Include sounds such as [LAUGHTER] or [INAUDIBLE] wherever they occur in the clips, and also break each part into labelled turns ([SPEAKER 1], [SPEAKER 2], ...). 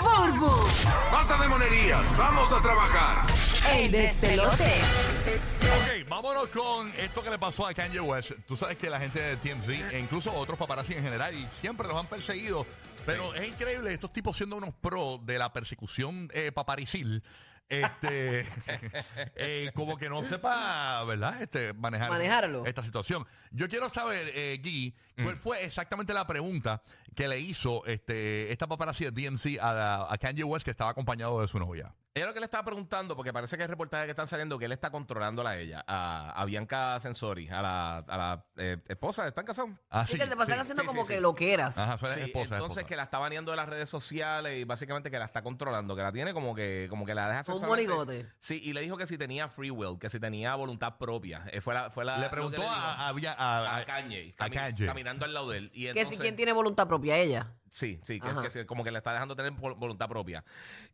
[SPEAKER 1] Burbu,
[SPEAKER 2] Basta de monerías, vamos a trabajar.
[SPEAKER 1] el despelote.
[SPEAKER 3] Ok, vámonos con esto que le pasó a Kanye West. Tú sabes que la gente de TMZ e incluso otros paparazzi en general y siempre los han perseguido. Pero es increíble, estos tipos siendo unos pro de la persecución eh, paparicil.
[SPEAKER 4] [LAUGHS]
[SPEAKER 3] Este, eh, como que no sepa, ¿verdad? Este, manejar
[SPEAKER 5] Manejarlo.
[SPEAKER 3] esta situación. Yo quiero saber, eh, Gui,
[SPEAKER 4] Mm.
[SPEAKER 3] cuál fue exactamente la pregunta que le hizo este, esta paparazzi de TMZ a, la- a Kanye West que estaba acompañado de su novia.
[SPEAKER 4] Ella lo que le estaba preguntando, porque parece que hay reportajes que están saliendo que él está controlándola a ella, a, a Bianca Sensori, a la, a la eh, esposa, ¿están casados?
[SPEAKER 3] Ah,
[SPEAKER 5] Sí, que se pasan haciendo
[SPEAKER 4] sí,
[SPEAKER 5] como
[SPEAKER 4] sí,
[SPEAKER 5] que
[SPEAKER 4] sí.
[SPEAKER 5] lo quieras.
[SPEAKER 3] Ajá, fue
[SPEAKER 4] Sí,
[SPEAKER 3] esposa,
[SPEAKER 4] entonces
[SPEAKER 3] esposa.
[SPEAKER 4] que la está baneando de las redes sociales y básicamente que la está controlando, que la tiene como que, como que la deja
[SPEAKER 5] Un
[SPEAKER 4] solamente-
[SPEAKER 5] monigote.
[SPEAKER 4] Sí, y le dijo que si tenía free will, que si tenía voluntad propia. Eh, fue la, fue la-
[SPEAKER 3] Le
[SPEAKER 4] lo que
[SPEAKER 3] preguntó
[SPEAKER 4] dijo.
[SPEAKER 3] a, a, a,
[SPEAKER 4] a,
[SPEAKER 3] a-
[SPEAKER 4] Kanye,
[SPEAKER 3] a
[SPEAKER 4] cami-
[SPEAKER 3] Kanye.
[SPEAKER 4] caminando al lado de él. Y
[SPEAKER 5] que
[SPEAKER 4] entonces,
[SPEAKER 5] si quien tiene voluntad propia, ella.
[SPEAKER 4] Sí, sí, que,
[SPEAKER 5] Ajá.
[SPEAKER 4] que sí, como que le está dejando tener vol- voluntad propia.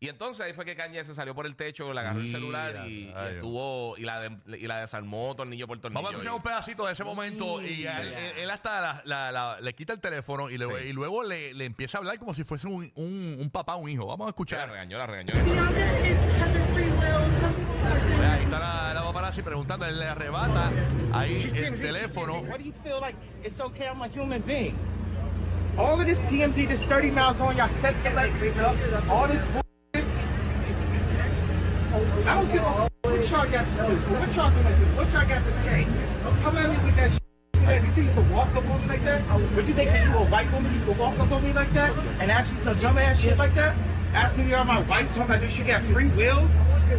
[SPEAKER 4] Y entonces ahí fue que Kanye se salió por el techo, le agarró el celular y, y
[SPEAKER 3] Mira,
[SPEAKER 4] estuvo y la, de- y la desarmó tornillo por tornillo.
[SPEAKER 3] Vamos a escuchar un pedacito de ese momento y a él, él- él hasta la- la- la- le quita el teléfono y, le-
[SPEAKER 4] Sí.
[SPEAKER 3] y luego le, le empieza a hablar como si fuese un, un, un papá o un hijo. Vamos
[SPEAKER 4] Y
[SPEAKER 3] a
[SPEAKER 4] la
[SPEAKER 3] escuchar.
[SPEAKER 4] regañó, la regañó.
[SPEAKER 6] Bianca is, has a free will. Some people are saying
[SPEAKER 3] Ahí está la, la paparazzi preguntando, él le arrebata ahí el teléfono.
[SPEAKER 6] What do you feel like? It's okay. I'm a human being. All of this TMZ, this 30 miles on y'all set celebrities up. All this bullshit. I don't give a f- what y'all got to do. What y'all gonna do? What y'all got to say? Come at me with that. shit. You think you can walk up on me like that? What you think that you a white woman? You can walk up on me like that and ask me some dumb ass shit like that? Ask me are my wife talking about this? You got free will?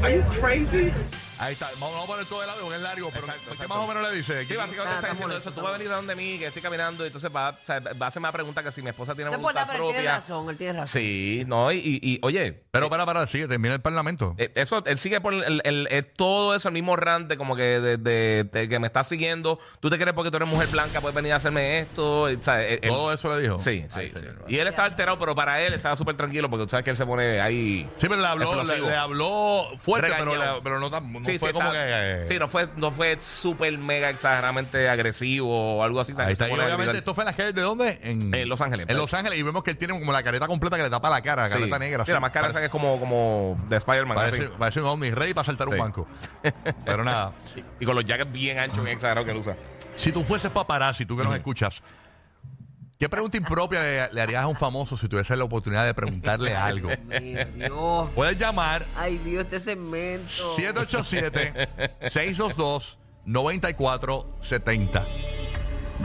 [SPEAKER 6] Are you crazy?
[SPEAKER 3] Ahí está. Vamos, vamos a poner todo el audio, porque es largo, pero
[SPEAKER 4] Exacto,
[SPEAKER 3] ¿qué
[SPEAKER 4] exacto.
[SPEAKER 3] más o menos le dice?
[SPEAKER 4] Sí, básicamente
[SPEAKER 5] Ah,
[SPEAKER 4] está
[SPEAKER 5] está
[SPEAKER 4] diciendo
[SPEAKER 5] molesto,
[SPEAKER 4] eso. Tú
[SPEAKER 5] está
[SPEAKER 4] vas a venir a donde mí, que estoy caminando, y entonces va, o sea, va a hacerme la pregunta que si mi esposa tiene
[SPEAKER 5] No importa,
[SPEAKER 4] voluntad
[SPEAKER 5] pero él tiene
[SPEAKER 4] propia.
[SPEAKER 5] razón, él tiene razón.
[SPEAKER 4] Sí, no, y, y- y, oye,
[SPEAKER 3] Pero para, para, sigue, termina el parlamento.
[SPEAKER 4] eh, eso, él sigue por el, el- el- todo eso, el mismo rante, como que de, de- de que me estás siguiendo. Tú te crees porque tú eres mujer blanca, puedes venir a hacerme esto. y, o sea, e, él- él-
[SPEAKER 3] Todo eso le dijo.
[SPEAKER 4] Sí, sí,
[SPEAKER 3] Ay,
[SPEAKER 4] sí.
[SPEAKER 3] señor.
[SPEAKER 4] Y él estaba alterado, pero para él estaba súper tranquilo porque tú sabes que él se pone ahí.
[SPEAKER 3] Sí, pero le habló, le,
[SPEAKER 4] Explosivo.
[SPEAKER 3] le habló fuerte, pero,
[SPEAKER 4] Regañado.
[SPEAKER 3] le- pero no, tan- no
[SPEAKER 4] sí,
[SPEAKER 3] fue
[SPEAKER 4] sí,
[SPEAKER 3] como
[SPEAKER 4] está-
[SPEAKER 3] que... eh,
[SPEAKER 4] sí, no fue, no fue súper mega exageradamente agresivo o algo así. ¿sabes?
[SPEAKER 3] Ahí
[SPEAKER 4] Se
[SPEAKER 3] está, y
[SPEAKER 4] pone a
[SPEAKER 3] obviamente
[SPEAKER 4] gritar.
[SPEAKER 3] esto fue en las calles de dónde? En,
[SPEAKER 4] En Los Ángeles. pues.
[SPEAKER 3] En Los Ángeles. Y vemos que él tiene como la careta completa que le tapa la cara, la
[SPEAKER 4] Sí.
[SPEAKER 3] careta negra.
[SPEAKER 4] Sí,
[SPEAKER 3] así.
[SPEAKER 4] la máscara esa
[SPEAKER 3] Parece-
[SPEAKER 4] que es como, como de Spider-Man.
[SPEAKER 3] Parece,
[SPEAKER 4] así.
[SPEAKER 3] parece un ovni rey para saltar un
[SPEAKER 4] Sí. [LAUGHS]
[SPEAKER 3] banco. Pero nada,
[SPEAKER 4] Y con los jackets bien anchos, bien exagerados que él usa.
[SPEAKER 3] si tú fueses paparazzi, tú que nos escuchas, ¿qué pregunta impropia le, le harías a un famoso si tuviese la oportunidad de preguntarle algo?
[SPEAKER 5] Mío, Dios.
[SPEAKER 3] Puedes llamar
[SPEAKER 5] Ay, Dios, este segmento.
[SPEAKER 3] 787-622-9470.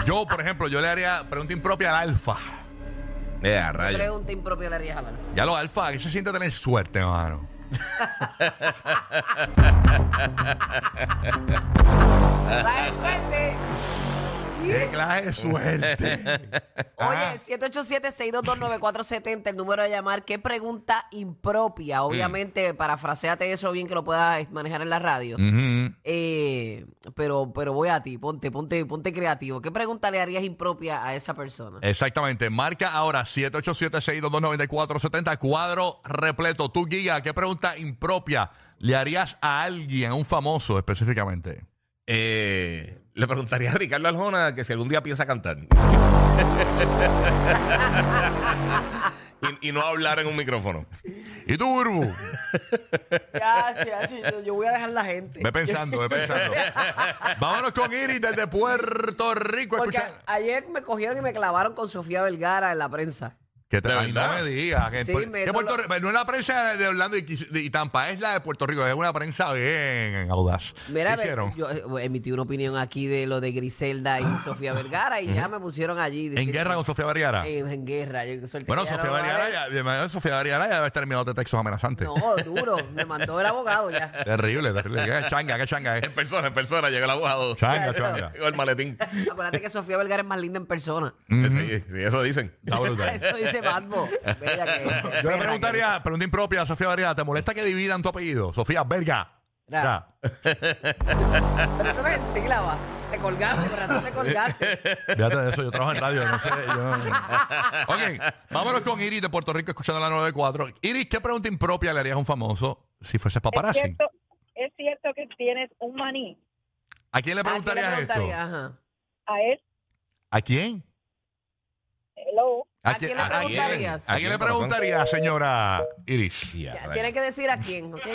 [SPEAKER 3] Yo, por ejemplo, yo le haría pregunta impropia al alfa.
[SPEAKER 4] Eh, a rayos.
[SPEAKER 5] Pregunta impropia le harías al alfa.
[SPEAKER 3] Ya los alfa, que se siente tener suerte, hermano?
[SPEAKER 4] Ah.
[SPEAKER 5] Dale suerte.
[SPEAKER 3] ¡Qué clase de [LAUGHS] suerte!
[SPEAKER 4] Ah.
[SPEAKER 5] Oye, 787-622-9470, el número a llamar. ¿Qué pregunta impropia?
[SPEAKER 4] Mm.
[SPEAKER 5] Obviamente, parafraseate eso bien que lo puedas manejar en la radio.
[SPEAKER 4] Mm.
[SPEAKER 5] Eh, pero, pero voy a ti, ponte, ponte, ponte creativo. ¿Qué pregunta le harías impropia a esa persona?
[SPEAKER 3] Exactamente. Marca ahora 787-622-9470. Cuadro repleto. Tú, Giga, ¿qué pregunta impropia le harías a alguien, a un famoso específicamente?
[SPEAKER 4] Eh, le preguntaría a Ricardo Aljona que si algún día piensa
[SPEAKER 3] [LAUGHS]
[SPEAKER 4] cantar. y, y no hablar en un micrófono.
[SPEAKER 3] ¿Y tú, Burbu?
[SPEAKER 5] Ya, ya, sí, yo- yo voy a dejar la gente.
[SPEAKER 3] Ve pensando,
[SPEAKER 4] [LAUGHS]
[SPEAKER 3] ve pensando. Vámonos con Iris desde Puerto Rico.
[SPEAKER 5] Porque
[SPEAKER 3] Escucha.
[SPEAKER 5] a- ayer me cogieron y me clavaron con Sofía Vergara en la prensa.
[SPEAKER 3] Que te,
[SPEAKER 4] ¿De
[SPEAKER 3] ay, no
[SPEAKER 4] verdad?
[SPEAKER 3] me digas. Que en
[SPEAKER 5] Sí,
[SPEAKER 3] Puer-
[SPEAKER 5] me-
[SPEAKER 3] que Puerto
[SPEAKER 5] no lo-
[SPEAKER 3] Ri- pero no es la prensa de Orlando y, Quis- y Tampa, es la de Puerto Rico. Es una prensa bien audaz.
[SPEAKER 5] Mira,
[SPEAKER 3] ¿Qué
[SPEAKER 5] ve-
[SPEAKER 3] hicieron? Ah.
[SPEAKER 5] yo eh, emití una opinión aquí de lo de Griselda y Sofía Vergara y ya me pusieron allí.
[SPEAKER 3] en
[SPEAKER 5] diciendo-
[SPEAKER 3] guerra con Sofía Vergara.
[SPEAKER 5] en, en guerra. Yo, suerte
[SPEAKER 3] Bueno,
[SPEAKER 5] que ya
[SPEAKER 3] Sofía
[SPEAKER 5] no lo haré.
[SPEAKER 3] Vergara ya, este. mi hermano, Sofía Vergara ya debe estar enviándote textos amenazantes.
[SPEAKER 5] No, duro. Me mandó el abogado ya.
[SPEAKER 3] [LAUGHS] Terrible, terrible. Qué changa, qué changa eh. es.
[SPEAKER 4] En persona, en persona, llega el abogado.
[SPEAKER 3] Changa,
[SPEAKER 4] [LAUGHS]
[SPEAKER 5] Claro.
[SPEAKER 3] changa.
[SPEAKER 4] Llegó el maletín.
[SPEAKER 5] Acuérdate que Sofía Vergara es más linda en persona.
[SPEAKER 4] Sí, sí, eso dicen.
[SPEAKER 3] Está brutal.
[SPEAKER 5] [LAUGHS] Eso dice Batbo. Bella que es.
[SPEAKER 3] Yo le
[SPEAKER 5] Perra
[SPEAKER 3] preguntaría, pregunta impropia, Sofía Varela, ¿te molesta que dividan tu apellido? Sofía, verga.
[SPEAKER 5] Ra. que es. Pero eso no es en sílaba. Te colgaste, por eso te
[SPEAKER 3] [LAUGHS]
[SPEAKER 5] colgaste.
[SPEAKER 3] Fíjate de eso, yo trabajo en radio, no sé. yo- Ok, vámonos con Iris de Puerto Rico escuchando la 94. Iris, ¿qué pregunta impropia le harías a un famoso si fueses
[SPEAKER 7] Es
[SPEAKER 3] paparazzi?
[SPEAKER 7] cierto, es cierto que tienes un maní.
[SPEAKER 3] ¿A quién le
[SPEAKER 5] ¿A quién le
[SPEAKER 3] preguntarías
[SPEAKER 5] preguntaría?
[SPEAKER 3] esto?
[SPEAKER 5] Ajá.
[SPEAKER 7] A él,
[SPEAKER 3] ¿A quién?
[SPEAKER 7] hello,
[SPEAKER 5] ¿A quién le
[SPEAKER 3] a- a quién?
[SPEAKER 5] preguntarías?
[SPEAKER 3] ¿A quién le preguntarías, señora Iris?
[SPEAKER 4] Ya,
[SPEAKER 5] Ya,
[SPEAKER 4] rayo.
[SPEAKER 5] Tienes que decir a quién, ¿ok?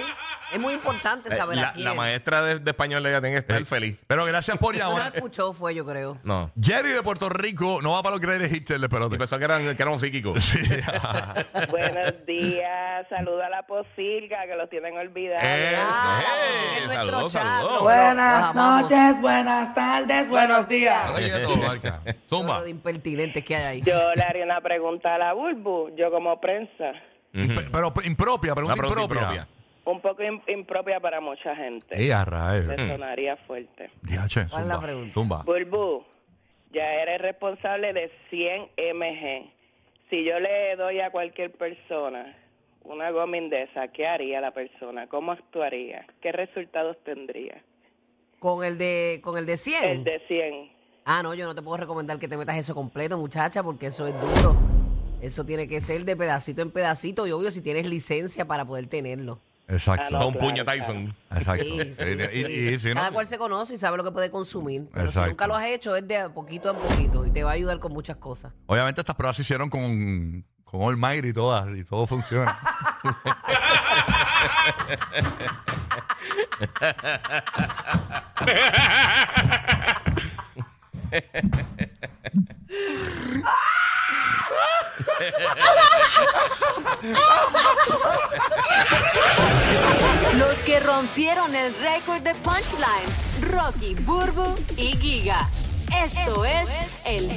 [SPEAKER 5] Es muy importante
[SPEAKER 4] Eh,
[SPEAKER 5] saber
[SPEAKER 4] la,
[SPEAKER 5] a quién.
[SPEAKER 4] la maestra de, de español le tiene que
[SPEAKER 3] Eh.
[SPEAKER 4] estar feliz.
[SPEAKER 3] Pero gracias por
[SPEAKER 5] No la
[SPEAKER 3] llamar.
[SPEAKER 5] escuchó, fue yo creo.
[SPEAKER 4] No.
[SPEAKER 3] Jerry de Puerto Rico no va para los grandes hits del
[SPEAKER 4] Y
[SPEAKER 3] pelote.
[SPEAKER 4] pensó que eran, que eran psíquicos.
[SPEAKER 3] [LAUGHS] Sí.
[SPEAKER 7] buenos días, saluda a la posilga que los tienen olvidados.
[SPEAKER 3] Eso.
[SPEAKER 5] Ah,
[SPEAKER 4] Eh,
[SPEAKER 5] nuestro
[SPEAKER 4] saludos,
[SPEAKER 5] chat,
[SPEAKER 4] saludos.
[SPEAKER 5] lo-
[SPEAKER 1] Buenas
[SPEAKER 5] lo amamos.
[SPEAKER 1] noches, buenas tardes,
[SPEAKER 4] [LAUGHS]
[SPEAKER 1] buenos días.
[SPEAKER 3] Ahora llega todo, Marca.
[SPEAKER 5] Ah, Todo
[SPEAKER 3] Zumba.
[SPEAKER 5] lo de impertinentes que hay ahí.
[SPEAKER 7] Yo le haría una pregunta a la Bulbu, yo como prensa,
[SPEAKER 3] Imp- Pero impropia,
[SPEAKER 4] Una
[SPEAKER 3] pregunta
[SPEAKER 4] pregunta
[SPEAKER 3] impropia.
[SPEAKER 4] impropia.
[SPEAKER 7] un poco im- impropia para mucha gente.
[SPEAKER 3] Ey, a rayos.
[SPEAKER 7] Me sonaría fuerte.
[SPEAKER 3] Diache,
[SPEAKER 5] ¿Cuál es la
[SPEAKER 3] zumba,
[SPEAKER 5] pregunta?
[SPEAKER 3] Zumba.
[SPEAKER 7] Bulbu, ya eres responsable de 100 mg. Si yo le doy a cualquier persona una goma indesa, ¿qué haría la persona? ¿Cómo actuaría? ¿Qué resultados tendría?
[SPEAKER 5] Con el de, con el de 100.
[SPEAKER 7] El de 100.
[SPEAKER 5] Ah, no, yo no te puedo recomendar que te metas eso completo, muchacha, porque eso es duro. Eso tiene que ser de pedacito en pedacito y obvio si tienes licencia para poder tenerlo.
[SPEAKER 7] Ah,
[SPEAKER 3] Exacto.
[SPEAKER 7] no.
[SPEAKER 4] Da un puño
[SPEAKER 7] Claro,
[SPEAKER 4] Tyson.
[SPEAKER 3] Exacto.
[SPEAKER 5] Sí, sí,
[SPEAKER 3] Eh,
[SPEAKER 5] sí.
[SPEAKER 3] y- y- y si no-
[SPEAKER 5] Cada cual se conoce y sabe lo que puede consumir. Pero
[SPEAKER 3] Exacto.
[SPEAKER 5] si nunca lo has hecho, es de a poquito a poquito y te va a ayudar con muchas cosas.
[SPEAKER 3] obviamente estas pruebas se hicieron con, con Almighty y todas, y todo
[SPEAKER 5] [LAUGHS]
[SPEAKER 3] funciona.
[SPEAKER 4] [LAUGHS]
[SPEAKER 1] Los que rompieron el récord de punchline, Rocky, Burbu y Giga. Esto es el